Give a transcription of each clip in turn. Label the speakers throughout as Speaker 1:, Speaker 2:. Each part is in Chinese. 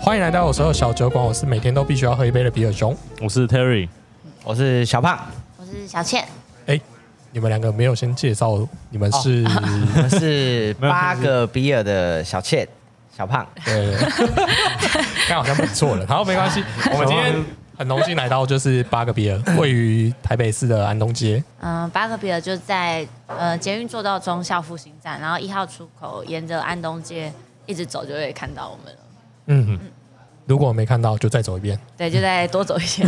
Speaker 1: 欢迎来到我所有小酒馆，我是每天都必须要喝一杯的比尔熊。
Speaker 2: 我是 Terry，
Speaker 3: 我是小 胖，
Speaker 4: 我是小倩，
Speaker 1: 哎，你们两个没有先介绍你们是？
Speaker 3: 我们是八个比尔的小倩，小 胖，
Speaker 1: 对，刚好像不错了。好，没关系，我们今天很荣幸来到就是八个比尔，位于台北市的安东街。
Speaker 4: 嗯、巴克比尔就在呃捷运坐到忠孝复兴站，然后一号出口沿着安东街一直走就会看到我们了。
Speaker 1: 嗯，如果没看到就再走一遍。
Speaker 4: 对，就再多走一 些。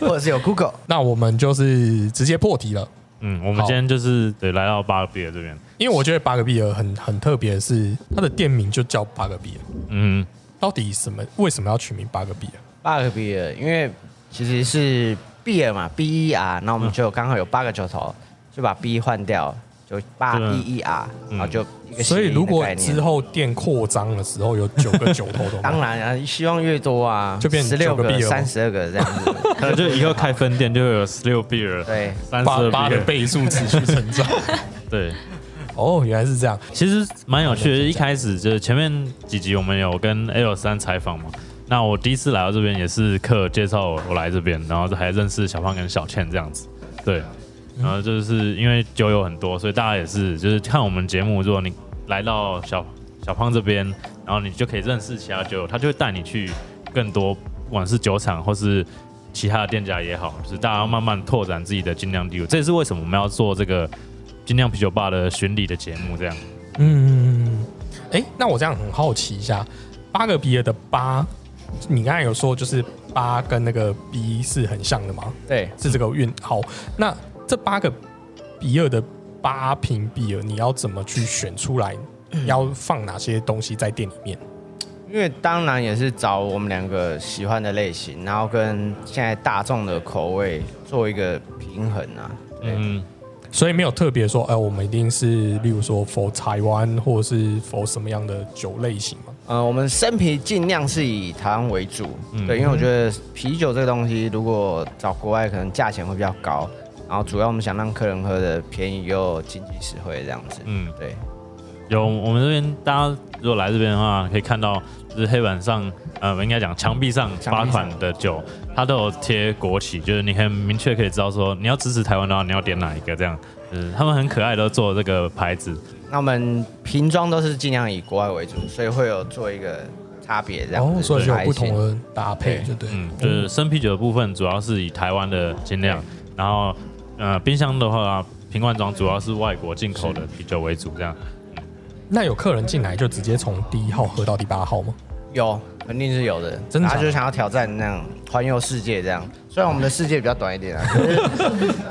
Speaker 3: 或者是有 Google，
Speaker 1: 那我们就是直接破题了，
Speaker 2: 嗯，我们今天就是对来到巴比尔这边，
Speaker 1: 因为我觉得八个比尔很很特别，是它的店名就叫八个比尔。
Speaker 2: 嗯，
Speaker 1: 到底什么？为什么要取名八个比尔？
Speaker 3: 八个比尔，因为其实是比尔嘛，B E R，那我们就刚好有八个球头，就把 B 换掉，就八
Speaker 2: 对
Speaker 3: E E R，然后就一个
Speaker 1: 所以
Speaker 3: 谐音的
Speaker 1: 如果
Speaker 3: 概念
Speaker 1: 之后店扩张的时候有九个九头 的，
Speaker 3: 当然啊，希望越多啊，
Speaker 1: 就变
Speaker 3: 十六
Speaker 1: 九个
Speaker 3: 个、
Speaker 1: 比尔
Speaker 3: 三十二个这样子，
Speaker 2: 可能就以后开分店就会有十六比尔，
Speaker 3: 对
Speaker 2: 三十
Speaker 1: 八
Speaker 2: 二
Speaker 1: 八
Speaker 2: 比
Speaker 1: 的
Speaker 2: 尔，
Speaker 1: 倍数持续成长。
Speaker 2: 对，
Speaker 1: 哦，原来是这样。
Speaker 2: 其实蛮有趣的。一开始就是前面几集我们有跟 L 三采访嘛，那我第一次来到这边也是客介绍我来这边，然后还认识小胖跟小倩这样子，对，然后就是因为酒友很多，所以大家也是就是看我们节目，如果你来到小小胖这边，然后你就可以认识其他酒友，他就会带你去更多，不管是酒厂或是。其他的店家也好，就是大家要慢慢拓展自己的精酿地位，这也是为什么我们要做这个精酿啤酒吧的巡礼的节目，这样。
Speaker 1: 嗯，哎，那我这样很好奇一下，八个比尔的八，你刚才有说就是八跟那个 B 是很像的吗？
Speaker 3: 对，
Speaker 1: 是这个运好。那这八个比尔的八瓶比尔，你要怎么去选出来？要放哪些东西在店里面？
Speaker 3: 因为当然也是找我们两个喜欢的类型，然后跟现在大众的口味做一个平衡啊，
Speaker 2: 嗯，
Speaker 1: 所以没有特别说，哎、我们一定是，例如说 for 台湾，或者是 for 什么样的酒类型嘛？
Speaker 3: 呃，我们生啤尽量是以台湾为主，
Speaker 1: 嗯
Speaker 3: 对，因为我觉得啤酒这个东西，如果找国外可能价钱会比较高，然后主要我们想让客人喝的便宜又经济实惠这样子，
Speaker 2: 嗯
Speaker 3: 嗯，对，
Speaker 2: 有我们这边，大家如果来这边的话，可以看到就是黑板上，呃，应该讲墙壁上呃
Speaker 3: 墙壁
Speaker 2: 八
Speaker 3: 上
Speaker 2: 款的酒，它都有贴国旗，就是你很明确可以知道说你要支持台湾的话，你要点哪一个这样。就是他们很可爱的做这个牌子，
Speaker 3: 那我们瓶装都是尽量以国外为主，所以会有做一个差别这样
Speaker 1: 哦，
Speaker 3: 子，
Speaker 1: 所以就有
Speaker 3: 差异
Speaker 1: 不
Speaker 3: 性
Speaker 1: 同的搭配，就对。
Speaker 2: 嗯，就是生啤酒的部分主要是以台湾的精酿，然后呃冰箱的话，瓶罐装主要是外国进口的啤酒为主这样。
Speaker 1: 那有客人进来就直接从第一号喝到第八号吗？
Speaker 3: 有，肯定是有的。
Speaker 1: 真的
Speaker 3: 他
Speaker 1: 假的
Speaker 3: 就想要挑战那样环游世界这样。虽然我们的世界比较短 一点啊，可是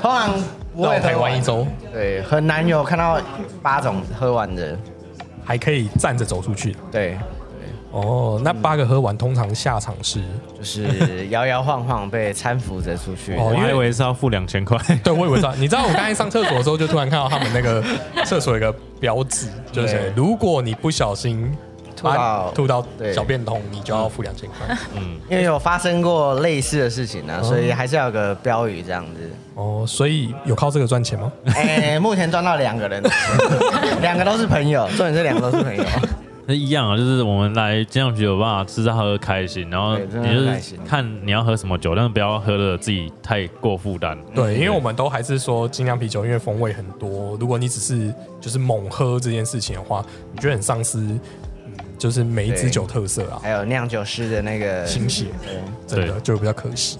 Speaker 3: 通常不
Speaker 1: 绕
Speaker 3: 会
Speaker 1: 台
Speaker 3: 喝
Speaker 1: 湾
Speaker 3: 完
Speaker 1: 一，周，
Speaker 3: 对，很难有看到八种喝完的。
Speaker 1: 还可以站着走出去。
Speaker 3: 对，
Speaker 1: 哦，那八个喝完，通常下场是？
Speaker 3: 就是摇摇晃晃被搀扶着出去。
Speaker 1: 哦
Speaker 2: 我
Speaker 1: 因为
Speaker 2: 还以为是要付两千块，
Speaker 1: 对，我以为 知道。你知道我刚才上厕所的时候，就突然看到他们那个厕所有一个标志，就是写
Speaker 3: 对
Speaker 1: 如果你不小心
Speaker 3: 吐
Speaker 1: 把
Speaker 3: 到
Speaker 1: 吐到
Speaker 3: 对
Speaker 1: 小便桶，你就要付两千块。
Speaker 3: 因为有发生过类似的事情呢、啊，所以还是要有个标语这样子。
Speaker 1: 哦，所以有靠这个赚钱吗？
Speaker 3: 哎、目前赚到两个人的钱， 两个都是朋友，重点是两个都是朋友。
Speaker 2: 那一样啊，就是我们来精酿啤酒吧吃吃喝喝开心，然后
Speaker 3: 对真的
Speaker 2: 你就
Speaker 3: 很
Speaker 2: 是
Speaker 3: 开心
Speaker 2: 看你要喝什么酒，但是不要喝的自己太过负担。
Speaker 1: 对，因为我们都还是说精酿啤酒，因为风味很多。如果你只是就是猛喝这件事情的话，你觉得很丧失，嗯就是每一支
Speaker 3: 对
Speaker 1: 酒特色啊，
Speaker 3: 还有酿酒师的那个
Speaker 1: 倾斜，真的就比较可惜。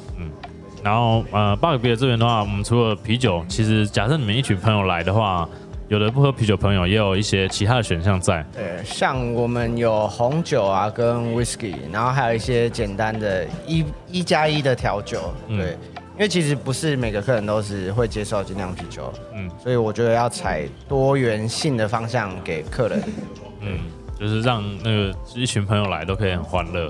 Speaker 2: 然后呃，巴比尔这边的话，我们除了啤酒，其实假设你们一群朋友来的话，有的不喝啤酒朋友，也有一些其他的选项在。
Speaker 3: 对，像我们有红酒啊，跟 whisky，然后还有一些简单的一一加一的调酒。对，因为其实不是每个客人都是会接受精酿啤酒，
Speaker 2: 嗯
Speaker 3: 嗯，所以我觉得要采多元性的方向给客人。
Speaker 2: 嗯，就是让那个一群朋友来都可以很欢 乐。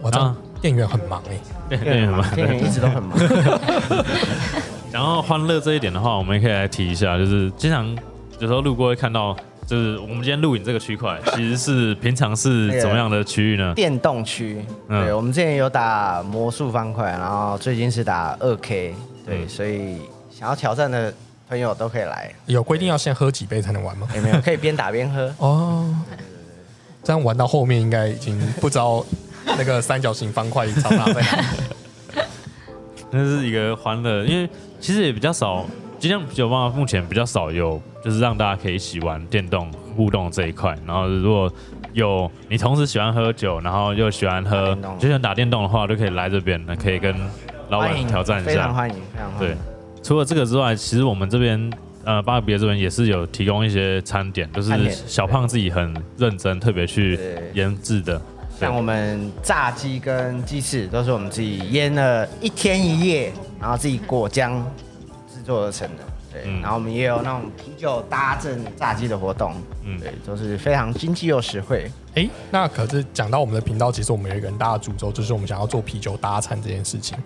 Speaker 1: 我这样
Speaker 2: 啊
Speaker 1: 店员很忙哎、
Speaker 2: 对对嘛
Speaker 3: 店员一直都很忙，
Speaker 2: 然后欢乐这一点的话，我们也可以来提一下，就是经常有时候路过会看到，就是我们今天录影这个区块，其实是平常
Speaker 1: 哎
Speaker 2: 是怎么样的区域呢？
Speaker 3: 电动区，
Speaker 2: 嗯
Speaker 3: 对我们之前有打魔术方块，然后最近是打二 K，对，
Speaker 2: 嗯
Speaker 3: 所以想要挑战的朋友都可以来，
Speaker 1: 有规定要先喝几杯才能玩吗？
Speaker 3: 有 没有？可以边打边喝。
Speaker 1: 哦，这样玩到后面应该已经不知道那个三角形、方块、超大杯。哎
Speaker 2: 那是一个欢乐，因为其实也比较少，尽量酒吧目前比较少有，就是让大家可以一起玩电动互动这一块。然后如果有你同时喜欢喝酒，然后又喜欢
Speaker 3: 打
Speaker 2: 喝
Speaker 3: 电动，
Speaker 2: 就喜欢打电动的话，都可以来这边，可以跟老
Speaker 3: 欢
Speaker 2: 板
Speaker 3: 迎
Speaker 2: 挑战一
Speaker 3: 非常
Speaker 2: 下。
Speaker 3: 欢迎，非常欢
Speaker 2: 对
Speaker 3: 迎。，
Speaker 2: 除了这个之外，其实我们这边呃巴尔别这边也是有提供一些餐点，就是
Speaker 3: 餐点
Speaker 2: 小胖自己很认真特别去
Speaker 3: 对
Speaker 2: 研制的。
Speaker 3: 像我们炸鸡跟鸡翅都是我们自己腌了一天一夜，然后自己果浆制作而成的。对，
Speaker 2: 嗯
Speaker 3: 然后我们也有那种啤酒搭正炸鸡的活动，
Speaker 2: 嗯
Speaker 3: 对，都是非常经济又实惠。
Speaker 1: 哎，那可是讲到我们的频道，其实我们有一个很大的主轴，就是我们想要做啤酒搭餐这件事情。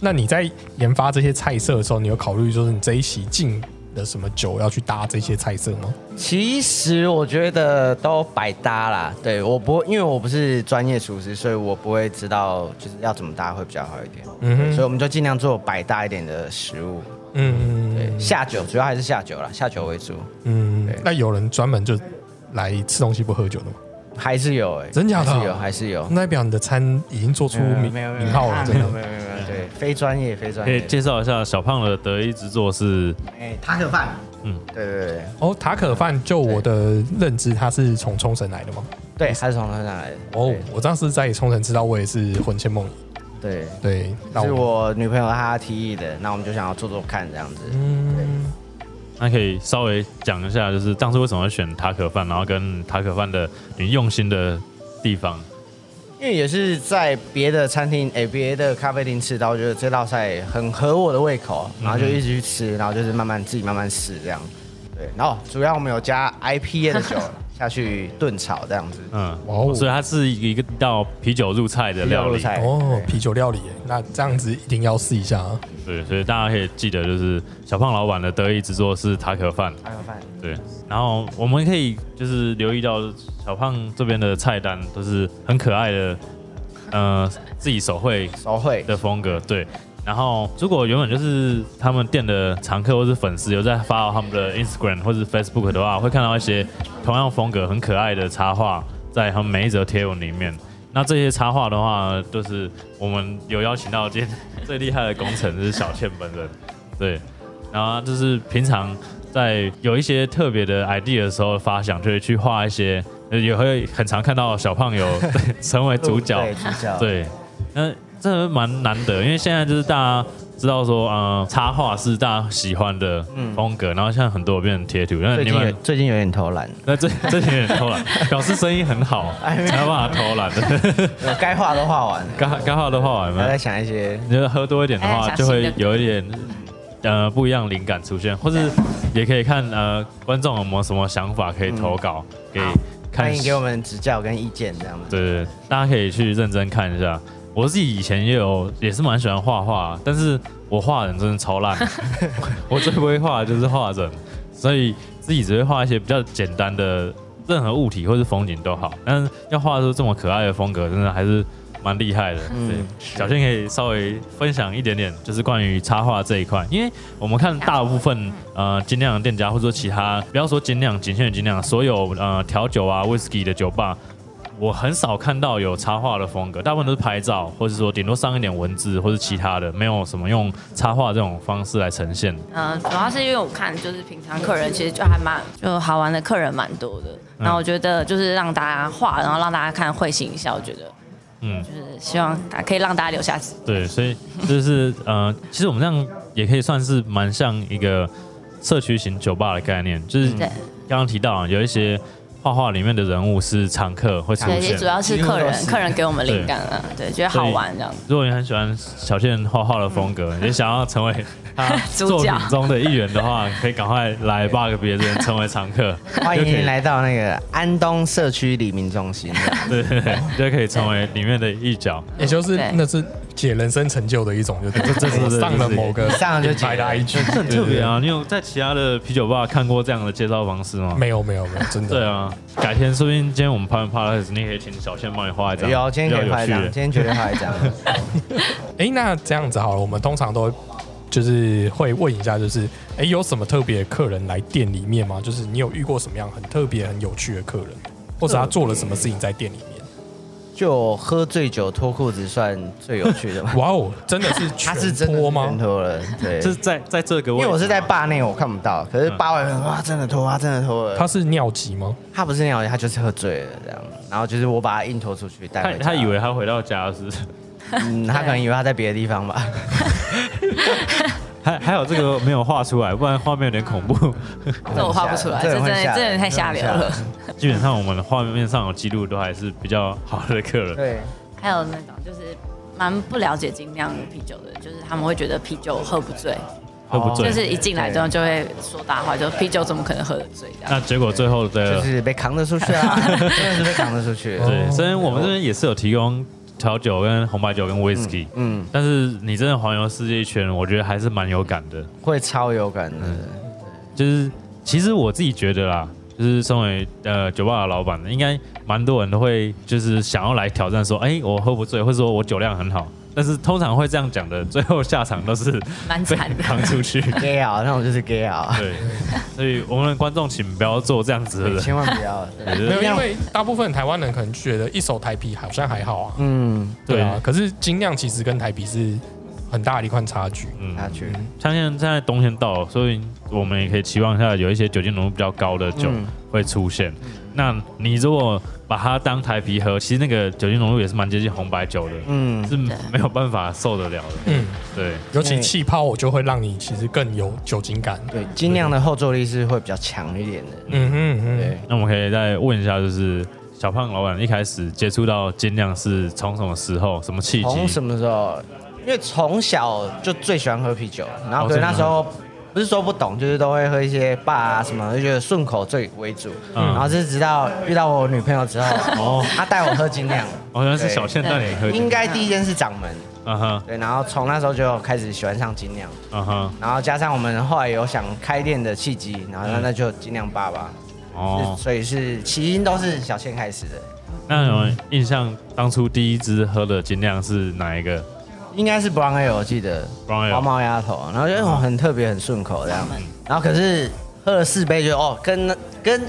Speaker 1: 那你在研发这些菜色的时候，你有考虑就是你这一期进的什么酒要去搭这些菜色吗？
Speaker 3: 其实我觉得都百搭啦，对我不会，因为我不是专业厨师，所以我不会知道就是要怎么搭会比较好一点。
Speaker 1: 嗯哼
Speaker 3: 所以我们就尽量做百搭一点的食物。
Speaker 1: 嗯，
Speaker 3: 对，下酒主要还是下酒啦，下酒为主，
Speaker 1: 嗯
Speaker 3: 对，
Speaker 1: 那有人专门就来吃东西不喝酒的吗？
Speaker 3: 还是有哎、
Speaker 1: 真假的
Speaker 3: 还是有，还是有。
Speaker 1: 哦那代表你的餐已经做出名
Speaker 3: 没有没有
Speaker 1: 名号了，真
Speaker 3: 没有
Speaker 1: 的。
Speaker 3: 没有没有没有，对，非专业非专
Speaker 2: 可以
Speaker 3: 业。
Speaker 2: 介绍一下小胖的得意之作是
Speaker 3: 哎，塔可饭，
Speaker 2: 嗯
Speaker 3: 嗯，对对对
Speaker 1: 哦，塔可饭，就我的认知，它是从冲绳来的吗？
Speaker 3: 对，他是从那上来的。
Speaker 1: 哦，我当时在冲绳吃到，我也是魂牵梦萦。
Speaker 3: 对，
Speaker 1: 对，那
Speaker 3: 对是
Speaker 1: 我
Speaker 3: 我女朋友她提议的，那我们就想要做做看这样子。
Speaker 1: 嗯，
Speaker 2: 那可以稍微讲一下，就是当初为什么会选塔可饭，然后跟塔可饭的你用心的地方。
Speaker 3: 因为也是在别的餐厅，哎，别的咖啡厅吃到，我觉得这道菜很合我的胃口，
Speaker 2: 嗯
Speaker 3: 然后就一直去吃，然后就是慢慢自己慢慢试这样。对，然后主要我们有加 IPA 的酒 下去炖炒这样子。
Speaker 2: 嗯，
Speaker 1: 哇哦
Speaker 2: 所以它是一个一道啤酒入菜的料理
Speaker 3: 啤酒入。菜
Speaker 1: 哦
Speaker 3: 哎对，嗯
Speaker 1: 啤酒料理耶，那这样子一定要试一下啊。
Speaker 2: 对，所以大家可以记得，就是小胖老板的得意之作是塔可饭。
Speaker 3: 塔可饭，
Speaker 2: 对，然后我们可以就是留意到小胖这边的菜单都是很可爱的，呃，自己手绘
Speaker 3: 手绘
Speaker 2: 的风格，对。然后，如果原本就是他们店的常客或是粉丝有在发到他们的 Instagram 或是 Facebook 的话，会看到一些同样风格很可爱的插画在他们每一则贴文里面。那这些插画的话，就是我们有邀请到今天最厉害的工程师小倩本人，对。然后就是平常在有一些特别的 idea 的时候发想，就会去画一些，呃也会很常看到小胖有 成为主角，
Speaker 3: 对主角，
Speaker 2: 对，那这蛮难得，因为现在就是大家知道说，嗯、插画是大家喜欢的风格，然后现在很多有变成贴图，那
Speaker 3: 嗯最
Speaker 2: 你
Speaker 3: 近有
Speaker 2: 们
Speaker 3: 最近有点偷懒，
Speaker 2: 那 这这些人偷懒，表示生意很好，
Speaker 3: 哎
Speaker 2: 才有办法偷懒 的。
Speaker 3: 我该画都画完了。
Speaker 2: 刚刚好的话，有没
Speaker 3: 我
Speaker 2: 有
Speaker 3: 在？想一些
Speaker 2: 你觉得喝多一点的话，
Speaker 4: 哎小
Speaker 2: 就
Speaker 4: 心
Speaker 2: 会
Speaker 4: 的
Speaker 2: 有一点呃不一样的灵感出现，或是也可以看呃观众有没有什么想法可以投稿，可以
Speaker 3: 好
Speaker 2: 看
Speaker 3: 嗯啊欢迎给我们指教跟意见这样 子。
Speaker 2: 对对，对大家可以去认真看一下。我自己以前也有，也是蛮喜欢画画，但是我画人真的超烂， 我最不会画的就是画人，所以自己只会画一些比较简单的，任何物体或是风景都好。但是要画出这么可爱的风格，真的还是蛮厉害的。
Speaker 3: 嗯
Speaker 2: 对，
Speaker 3: 是
Speaker 2: 小倩可以稍微分享一点点，就是关于插画这一块，因为我们看大部分呃精酿的店家或者说其他，不要说精酿，仅限于精酿，所有呃调酒啊、whisky 的酒吧，我很少看到有插画的风格，大部分都是拍照，或者说顶多上一点文字或者其他的，没有什么用插画这种方式来呈现。
Speaker 4: 嗯，主要是因为我看就是平常客人其实就还蛮就好玩的客人蛮多的，然后
Speaker 3: 嗯
Speaker 4: 我觉得就是让大家画，然后让大家看会心一笑，我觉得
Speaker 2: 嗯，
Speaker 4: 就是希望大可以让大家留下
Speaker 2: 对，所以就是呃，其实我们这样也可以算是蛮像一个社区型酒吧的概念，就是
Speaker 4: 对
Speaker 2: 刚刚提到有一些画画里面的人物是常客会出
Speaker 4: 对，也
Speaker 2: 现
Speaker 4: 主。要是
Speaker 3: 几
Speaker 4: 客
Speaker 3: 乎都
Speaker 4: 人，
Speaker 3: 是
Speaker 4: 客人给我们灵感啊，对，觉得好玩这样。
Speaker 2: 如果你很喜欢小倩画画的风格，也想要成为她作
Speaker 4: 嗯 主
Speaker 2: 品
Speaker 4: 角
Speaker 2: 中的一员的话，可以赶快来 bug 别人成为常 客，
Speaker 3: 欢
Speaker 2: 就可以
Speaker 3: 迎来到那个安东社区黎明 中心。
Speaker 2: 对，对对就可以成为里面的一角。
Speaker 1: 也就是
Speaker 4: 对
Speaker 1: 那是解人生成就的一种，就对，这
Speaker 2: 是
Speaker 1: 上了某个
Speaker 3: 上就
Speaker 1: 品牌的
Speaker 3: 解
Speaker 1: IG，
Speaker 2: 这很特别啊！你有在其他的啤酒吧看过这样的介绍方式吗
Speaker 1: 对！对对？没有没有没有，真的。
Speaker 2: 对啊，改天说不定今天我们拍完 podcast，你也可以请小倩帮你画一张，
Speaker 3: 有，今天可以拍一张，
Speaker 2: 比较有趣
Speaker 3: 今天绝对拍一张。
Speaker 1: 哎、那这样子好了，我们通常都会就是会问一下，就是哎、诶有什么特别的客人来店里面吗？就是你有遇过什么样很特别、很有趣的客人，或者他做了什么事情在店里面？。
Speaker 3: 就喝醉酒脱裤子算最有趣的吧
Speaker 1: 哇哦，真的是
Speaker 3: 他是
Speaker 1: 全
Speaker 3: 真的
Speaker 1: 脱
Speaker 3: 是
Speaker 1: 吗
Speaker 3: 全？脱了，对，
Speaker 2: 是在在这个位
Speaker 3: 因
Speaker 2: 置吗，
Speaker 3: 为我是在坝内，我看不到，可是坝外面哇，真的脱，啊，真的脱了。
Speaker 1: 他
Speaker 3: 他
Speaker 1: 是尿急吗？
Speaker 3: 他不是尿急，他就是喝醉了这样，然后就是我把他硬拖出去带
Speaker 2: 他
Speaker 3: 回家
Speaker 2: 他以为他回到家是，
Speaker 3: 嗯，他可能以为他在别的地方吧。
Speaker 2: 还还有这个没有画出来，不然画面有点恐怖。
Speaker 4: 这我画不出来，
Speaker 3: 这
Speaker 4: 这
Speaker 3: 很
Speaker 4: 真的
Speaker 3: 吓人
Speaker 4: 这真的太下流
Speaker 3: 这很
Speaker 4: 了
Speaker 3: 吓。
Speaker 2: 基本上我们的画面上有记录都还是比较好的客人，
Speaker 3: 对，
Speaker 4: 还有那种就是蛮不了解精酿啤酒的，就是他们会觉得啤酒喝不醉，
Speaker 2: 喝不
Speaker 4: 就
Speaker 3: 哦
Speaker 2: 醉。
Speaker 4: 是一进来之后就会说大话，就啤酒怎么可能喝得醉这
Speaker 2: 那
Speaker 4: 样？
Speaker 2: 结果最后的
Speaker 3: 就是被扛得出去啊，真的是被扛得出去。
Speaker 2: 对，虽然我们这边也是有提供调酒、跟红白酒、跟 whisky，
Speaker 3: 嗯，
Speaker 2: 但是你真的环游世界一圈，我觉得还是蛮有感的。
Speaker 3: 会超有感的。
Speaker 2: 就是其实我自己觉得啦，就是身为呃酒吧的老板，应该蛮多人都会就是想要来挑战说，哎、我喝不醉，或者说我酒量很好。但是通常会这样讲的，最后下场都 是
Speaker 4: 蛮
Speaker 2: 被
Speaker 4: 惨的
Speaker 2: 扛出去。
Speaker 3: gay 啊，那种就是 gay 啊，
Speaker 2: 对，所以我们的观众请不要做这样子的人。
Speaker 3: 千万不要。对
Speaker 1: 没有，
Speaker 3: 那
Speaker 1: 因为大部分台湾人可能觉得一手台啤好像还好啊，
Speaker 3: 嗯，
Speaker 1: 对啊。可是精酿其实跟台啤是很大的一块差距。
Speaker 2: 嗯
Speaker 3: 下去。
Speaker 2: 相信现在冬天到了，所以我们也可以期望一下有一些酒精浓度比较高的酒
Speaker 3: 嗯
Speaker 2: 会出现。那你如果把它当台啤喝，其实那个酒精浓度也是蛮接近红白酒的，
Speaker 3: 嗯，
Speaker 2: 是没有办法受得了的。
Speaker 1: 嗯，
Speaker 2: 对，
Speaker 1: 尤其气泡，我就会让你其实更有酒精感。
Speaker 3: 对，精酿的后坐力是会比较强一点的。
Speaker 1: 嗯嗯嗯，
Speaker 3: 对，
Speaker 2: 那我们可以再问一下，就是小胖老板一开始接触到精酿是从什么时候、什么契
Speaker 3: 从
Speaker 2: 机？
Speaker 3: 什么时候？因为从小就最喜欢喝啤酒，然后可
Speaker 2: 哦真
Speaker 3: 是
Speaker 2: 的
Speaker 3: 那时候不是说不懂，就是都会喝一些爸啊什么，就觉得顺口最为主。
Speaker 2: 嗯
Speaker 3: 然后是直到遇到我女朋友之后，
Speaker 2: 哦
Speaker 3: 哦，她带我喝精酿，
Speaker 2: 好像哦是小倩带你喝，
Speaker 3: 应该第一间是掌门，
Speaker 2: 嗯哼，
Speaker 3: 对，然后从那时候就开始喜欢上精酿，
Speaker 2: 嗯哼，
Speaker 3: 然后加上我们后来有想开店的契机，然后那那就精酿爸爸，
Speaker 2: 嗯哦
Speaker 3: 是，所以是起因都是小倩开始的，
Speaker 2: 那有没有印象当初第一支喝的精酿是哪一个？
Speaker 3: 应该是 Brown Ale，我记嗯得
Speaker 2: Brown Ale
Speaker 3: 花猫丫头，然后就那种很特别、很顺口这样，然后可是喝了四杯就哦，跟那跟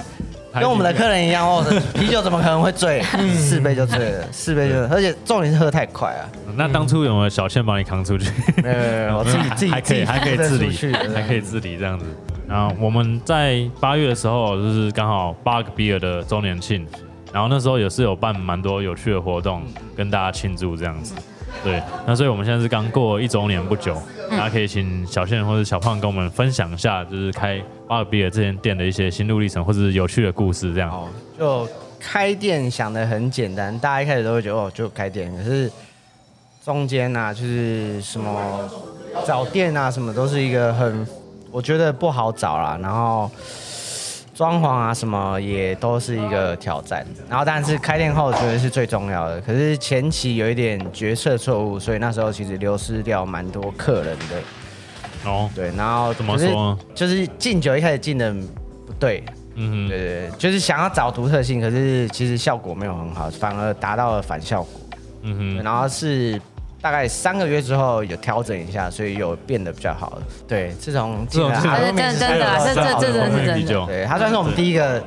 Speaker 2: 台啤
Speaker 3: 跟我们的客人一样哦， 啤酒怎么可能会醉？四杯就醉了，四杯就，而且重点是喝太快啊，
Speaker 2: 那当初有没有小倩把你扛出去？
Speaker 3: 没有没有没有，哦我自己
Speaker 2: 还
Speaker 3: 自己
Speaker 2: 还可以，
Speaker 3: 自
Speaker 2: 嗯还可以自
Speaker 3: 己负责出去
Speaker 2: 理，
Speaker 3: 的
Speaker 2: 还可以自理这样子。然后我们在八月的时候，就是刚好 Bug Beer 的周年庆，然后那时候也是有办蛮多有趣的活动跟大家庆祝这样子。对，那所以我们现在是刚过一周年不久，大家可以请小倩或者小胖跟我们分享一下，就是开 Bug Beer 这间店的一些心路历程或者是有趣的故事这样。
Speaker 3: 哦，就开店想的很简单，大家一开始都会觉得哦，就开店，可是中间啊，就是什么找店啊，什么都是一个很，我觉得不好找啦。然后装潢啊，什么也都是一个挑战。然后，但是开店后我觉得是最重要的。可是前期有一点决策错误，所以那时候其实流失掉蛮多客人的。
Speaker 2: 哦，
Speaker 3: 对，然后
Speaker 2: 怎么
Speaker 3: 可是
Speaker 2: 说呢
Speaker 3: 就是敬酒一开始敬的不对，
Speaker 2: 嗯哼，
Speaker 3: 对对，对就是想要找独特性，可是其实效果没有很好，反而达到了反效果。
Speaker 2: 嗯哼，
Speaker 3: 然后是大概三个月之后有调整一下，所以有变得比较好了。对，啊自从进来哦
Speaker 2: 这种
Speaker 1: 啊
Speaker 3: 阿罗米
Speaker 4: 这真的
Speaker 3: 之
Speaker 4: 真
Speaker 3: 后
Speaker 4: 的，这这这真的
Speaker 2: 红
Speaker 4: 是
Speaker 2: 梅啤
Speaker 4: 真的。
Speaker 2: 酒，
Speaker 3: 对他算是我们第一个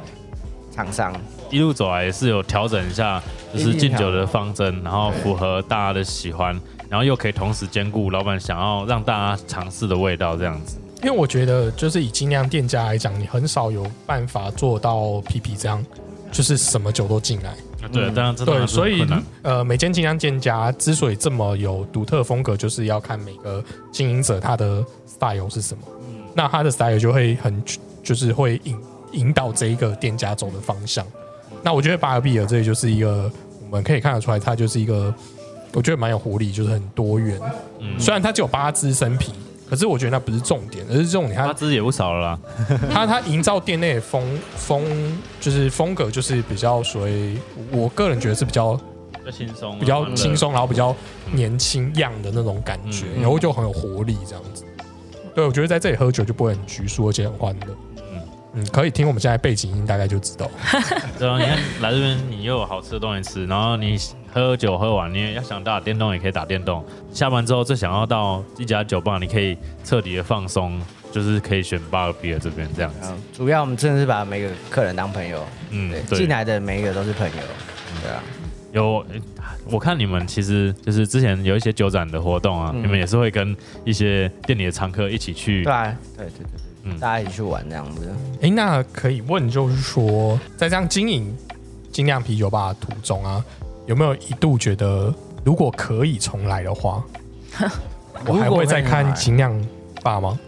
Speaker 3: 厂商，
Speaker 2: 一路走来也是有调整一下，就是敬酒的方针，然后符合大家的喜欢，然后又可以同时兼顾老板想要让大家尝试的味道，这样子。
Speaker 1: 因为我觉得就是以精酿店家来讲，你很少有办法做到 PP 这样，就是什么酒都进来。
Speaker 2: 对，当然这当
Speaker 1: 对，
Speaker 2: 然
Speaker 1: 所
Speaker 2: 是
Speaker 1: 以
Speaker 2: 困难。
Speaker 1: 呃，每间精酿店家之所以这么有独特风格，就是要看每个经营者他的 style 是什么。
Speaker 2: 嗯
Speaker 1: 那他的 style 就会很就是会引引导这一个店家走的方向。那我觉得巴尔比尔这里就是一个我们可以看得出来，它就是一个我觉得蛮有活力，就是很多元。
Speaker 2: 嗯
Speaker 1: 虽然它只有八支生啤，可是我觉得那不是重点，而是重点它
Speaker 2: 八支也不少了啦，
Speaker 1: 他他营造店内的风风就是风格，就是比较属于我个人觉得是比较
Speaker 3: 嗯
Speaker 2: 比较轻松，
Speaker 1: 比较轻。松，然啊后比较年轻样的那种感觉，
Speaker 3: 嗯
Speaker 1: 然后就很有活力这样子。对，我觉得在这里喝酒就不会很拘束，而且很欢乐。嗯，可以听我们现在背景音，大概就知道。
Speaker 2: 对啊，你看来这边你又有好吃的东西吃，然后你喝酒喝完，你也要想打电动也可以打电动。下班之后最想要到一家酒吧，你可以彻底的放松，就是可以选巴尔比尔这边这样子。
Speaker 3: 嗯，主要我们真的是把每个客人当朋友，
Speaker 2: 嗯
Speaker 3: 对，
Speaker 2: 对
Speaker 3: 进来的每一个都是朋友，对啊，
Speaker 2: 有，我看你们其实就是之前有一些酒展的活动啊，你们也是会跟一些店里的常客一起去
Speaker 3: 嗯对啊对对对对，大家一起去玩这样子。
Speaker 1: 哎，那可以问，就是说，在这样经营精酿啤酒吧的途中啊，有没有一度觉得，如果可以重来的话，我还会再
Speaker 3: 如
Speaker 1: 看
Speaker 3: 果可以重来
Speaker 1: 精酿吧吗？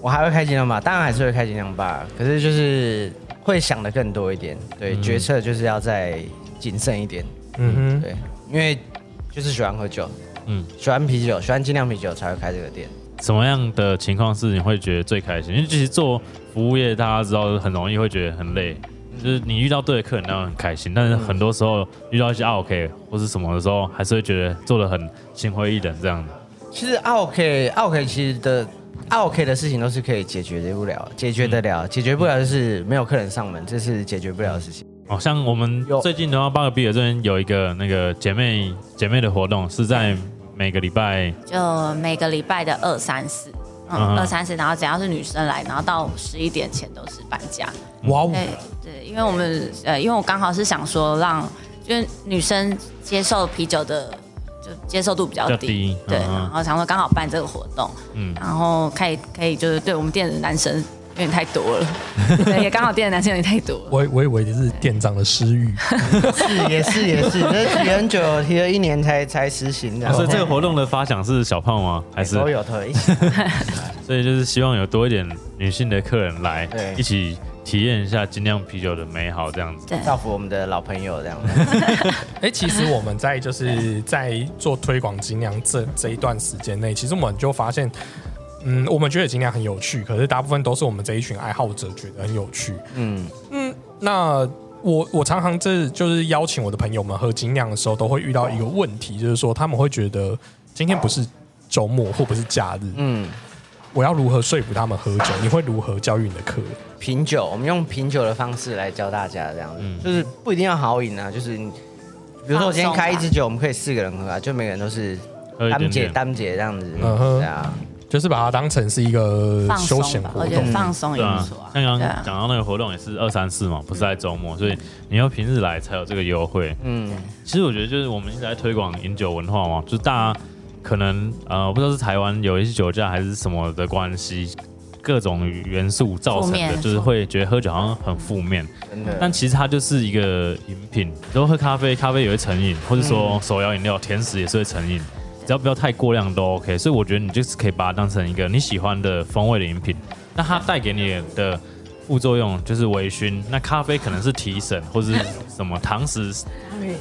Speaker 3: 我还会开精酿吧，当然还是会开精酿吧，可是就是会想的更多一点，对，决策就是要再谨慎一点，
Speaker 1: 嗯哼，
Speaker 3: 对，因为就是喜欢喝酒，
Speaker 2: 嗯
Speaker 3: 嗯，喜欢啤酒，喜欢精酿啤酒才会开这个店。
Speaker 2: 什么样的情况是你会觉得最开心？因为其实做服务业，大家知道很容易会觉得很累，就是你遇到对的客人，当然很开心，
Speaker 3: 嗯
Speaker 2: 但是很多时候遇到一些啊 OK 或是什么的时候，还是会觉得做的很心灰意冷这样的。
Speaker 3: 其实 OK OK 其实的 OK 的事情都是可以解决得不了，解决得了，解决不了就是没有客人上门，这是解决不了的事情。
Speaker 2: 哦，像我们
Speaker 3: 有
Speaker 2: 最近的话，巴尔比尔这边有一个那个姐妹姐妹的活动，是在每个礼拜
Speaker 3: 哦
Speaker 4: 就每个礼拜的二三四，
Speaker 2: 嗯
Speaker 4: 嗯，二三四，然后只要是女生来，然后到十一点前都是半价。
Speaker 1: 哇哦，
Speaker 4: 对对，因为我们呃，因为我刚好是想说让，就是女生接受啤酒的就接受度比较
Speaker 2: 比较
Speaker 4: 低，
Speaker 2: 低
Speaker 4: 对，
Speaker 2: 嗯嗯
Speaker 4: 然后想说刚好办这个活动，
Speaker 2: 嗯
Speaker 4: 嗯，然后可以可以就是对我们店的男生有点太 多了，对，也刚好店的男生有点太多了。
Speaker 1: 我我以为是店长的私 欲，
Speaker 3: 是也是也是，这提很久，提了一年才才实行的。
Speaker 2: 啊所以这个活动的发想是小胖吗？还是
Speaker 3: 哎都有都有一起，
Speaker 2: 所以就是希望有多一点女性的客人来
Speaker 3: 对
Speaker 2: 一起体验一下精酿啤酒的美好这样子。
Speaker 4: 对，
Speaker 3: 造福我们的老朋友这样子。
Speaker 1: 哎、其实我们在就是在做推广精酿这这一段时间内，其实我们就发现，嗯，我们觉得精酿很有趣，可是大部分都是我们这一群爱好者觉得很有趣。
Speaker 3: 嗯，
Speaker 1: 那我我常常这就是邀请我的朋友们喝精酿的时候，都会遇到一个问题，就是说他们会觉得今天不是周末或不是假日，
Speaker 3: 嗯，
Speaker 1: 我要如何说服他们喝酒？你会如何教育你的客人？
Speaker 3: 品酒，我们用品酒的方式来教大家，这样子、
Speaker 1: 嗯
Speaker 3: 就是不一定要好饮啊，就是你比如说我今天开一支酒，我们可以四个人喝啊，就每个人都是
Speaker 2: 喝一
Speaker 3: 单
Speaker 2: 点
Speaker 3: 姐
Speaker 2: 点，
Speaker 3: 单姐这样子，
Speaker 1: 嗯哼
Speaker 3: 对啊，
Speaker 1: 就是把它当成是一个
Speaker 4: 放
Speaker 1: 休
Speaker 4: 松
Speaker 1: 闲
Speaker 4: 吧，
Speaker 1: 活
Speaker 4: 我
Speaker 1: 动
Speaker 4: 觉。得放松也
Speaker 2: 对
Speaker 4: 不
Speaker 2: 啊
Speaker 4: 错啊。。
Speaker 2: 像刚
Speaker 4: 对
Speaker 2: 刚
Speaker 4: 啊嗯
Speaker 2: 讲到那个活动也是二三四嘛，不是在周末，所以你要平日来才有这个优惠。
Speaker 3: 嗯，
Speaker 2: 其实我觉得就是我们一直在推广饮酒文化嘛，就是大家可能呃，我不知道是台湾有一些酒驾还是什么的关系，各种元素造成
Speaker 4: 负
Speaker 2: 的，
Speaker 4: 面
Speaker 2: 就是会觉得喝酒好像很负面。
Speaker 3: 真的。
Speaker 2: 但其实它就是一个饮品，比如喝咖啡，咖啡也会成瘾，或者说
Speaker 3: 嗯
Speaker 2: 手摇饮料、甜食也是会成瘾，只要不要太过量都 OK。所以我觉得你就是可以把它当成一个你喜欢的风味的饮品。那它带给你的副作用就是微醺，那咖啡可能是提神，或是什么 糖食，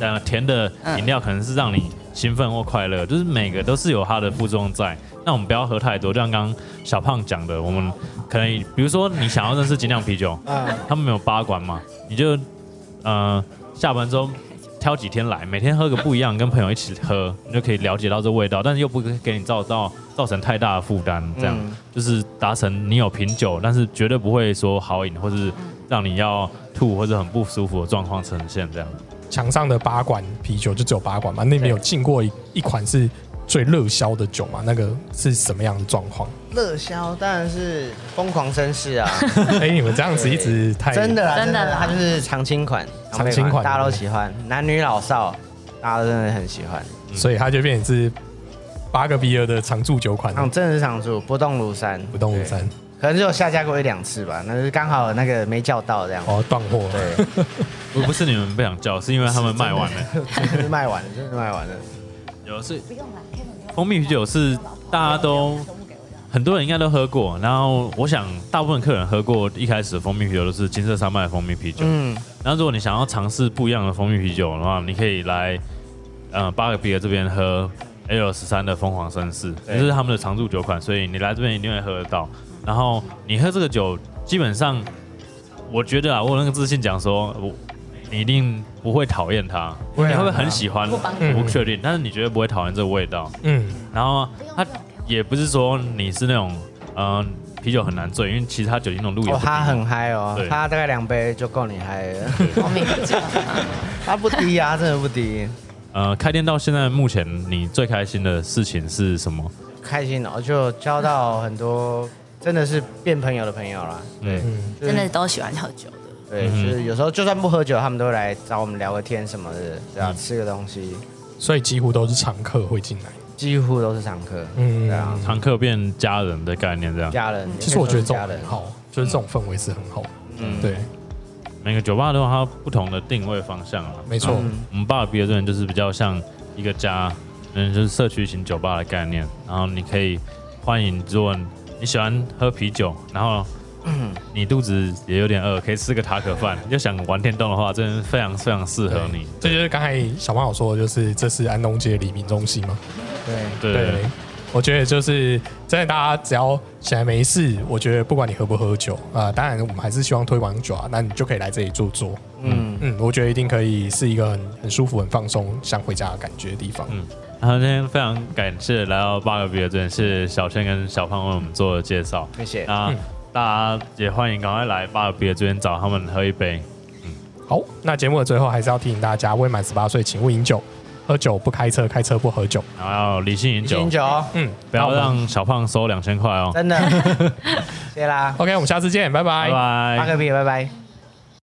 Speaker 2: 呃，甜的饮料可能是让你兴奋或快乐，就是每个都是有它的副作用在。那我们不要喝太多，就像刚刚小胖讲的，我们可能比如说你想要认识精酿啤酒，他们没有八馆嘛，你就呃下班之后挑几天来，每天喝个不一样，跟朋友一起喝，你就可以了解到这味道，但是又不给你造到造成太大的负担，这样、
Speaker 3: 嗯
Speaker 2: 就是达成你有品酒，但是绝对不会说好饮或是让你要吐或者很不舒服的状况呈现这样。
Speaker 1: 墙上的八款啤酒就只有八款嘛，那边有进过一一款是最热销的酒嘛，那个是什么样的状 况？
Speaker 3: 热销当然是疯狂绅士 啊，
Speaker 1: 哎、你们这样子一直太
Speaker 3: 真的啦，
Speaker 4: 真的啦
Speaker 3: 它就是常青款，
Speaker 1: 常青款
Speaker 3: 大家都喜欢，男女老少，大家都真的很喜欢。
Speaker 1: 所以它就变成是八个 B 二的常驻酒款，
Speaker 3: 嗯，真的是常驻，不动如山，
Speaker 1: 不动如山
Speaker 3: 对，可能只有下架过一两次吧，那是刚好那个没叫到这 样。
Speaker 1: 哦，断货了。
Speaker 3: 对，
Speaker 2: 不不是你们不想叫，是因为他们卖完 了。
Speaker 3: 真的是卖完了，真的是卖完了。
Speaker 2: 有是蜂蜜啤酒是大家都很多人应该都喝过，然后我想大部分客人喝过一开始的蜂蜜啤酒都是金色山脉的蜂蜜啤酒。
Speaker 3: 嗯，
Speaker 2: 然后如果你想要尝试不一样的蜂蜜啤酒的话，你可以来呃巴格比尔这边喝 L 十三的凤凰绅士，这
Speaker 3: 对
Speaker 2: 是他们的常驻酒款，所以你来这边一定会喝得到。然后你喝这个酒，基本上我觉得啊，我有那个自信讲说，我你一定不会讨厌它，
Speaker 1: 会啊
Speaker 2: 你会不会很啊喜欢？我
Speaker 1: 你
Speaker 2: 不确定，但是你绝对不会讨厌这个味道。
Speaker 1: 嗯，
Speaker 2: 然后它也不是啊说你是那种嗯、呃啤酒很难醉，因为其实它酒精浓度也
Speaker 3: 哦
Speaker 2: 不，低。
Speaker 3: 他很嗨哦
Speaker 2: 对，
Speaker 3: 他大概两杯就够你嗨了，
Speaker 4: 蜂蜜啤酒，
Speaker 3: 他不低啊，真的不低，
Speaker 2: 呃，开店到现在目前，你最开心的事情是什么？
Speaker 3: 开心哦，就交到很多真的是变朋友的朋友啦。
Speaker 2: 嗯，
Speaker 3: 对，
Speaker 4: 真的都喜欢喝酒的，
Speaker 3: 对，
Speaker 1: 嗯
Speaker 3: 就是有时候就算不喝酒，他们都会来找我们聊个天什么的，
Speaker 1: 嗯
Speaker 3: 对啊，吃个东西，
Speaker 1: 所以几乎都是常客会进来。
Speaker 3: 几乎都是常客，
Speaker 1: 嗯
Speaker 3: 嗯，对啊，
Speaker 2: 常客变家人的概念这样。
Speaker 3: 家人。
Speaker 1: 其实我觉得这种
Speaker 3: 家人
Speaker 1: 很，好，就是这种氛围是很好的。
Speaker 3: 嗯，
Speaker 1: 对，
Speaker 2: 每个酒吧都有它不同的定位方向啊。
Speaker 1: 没错。
Speaker 3: 嗯
Speaker 2: 我们巴尔比的这边就是比较像一个家，嗯，就是社区型酒吧的概念。然后你可以欢迎，如果你喜欢喝啤酒，然后你肚子也有点饿，可以吃个塔可饭，又想玩电动的话，真的非常非常适合你。
Speaker 1: 这就是刚才小胖有说的，就是这是安东街的黎明中心嘛。
Speaker 3: 对，
Speaker 2: 对
Speaker 1: 对，我觉得就是真的，大家只要闲来没事，我觉得不管你喝不喝酒啊、当然我们还是希望推广酒啊，那你就可以来这里坐坐。
Speaker 3: 嗯，
Speaker 1: 嗯，我觉得一定可以是一个很很舒服、很放松、像回家的感觉的地方。
Speaker 2: 嗯然后今天非常感谢来到巴尔比的这边，是小倩跟小胖为我们做的介绍。
Speaker 3: 谢谢，
Speaker 2: 那
Speaker 1: 嗯
Speaker 2: 大家也欢迎赶快来巴尔比的这边找他们喝一杯。
Speaker 1: 好，那节目的最后还是要提醒大家，未满十八岁请勿饮酒，喝酒不开车，开车不喝酒。
Speaker 2: 然后要理性饮酒
Speaker 3: 敬，酒，哦
Speaker 1: 嗯，
Speaker 2: 不要让小胖收两千块哦。
Speaker 3: 真的，谢啦，
Speaker 1: OK，我们下次见，拜
Speaker 2: 拜
Speaker 1: 拜。
Speaker 2: 拜
Speaker 3: 八。个币，拜拜。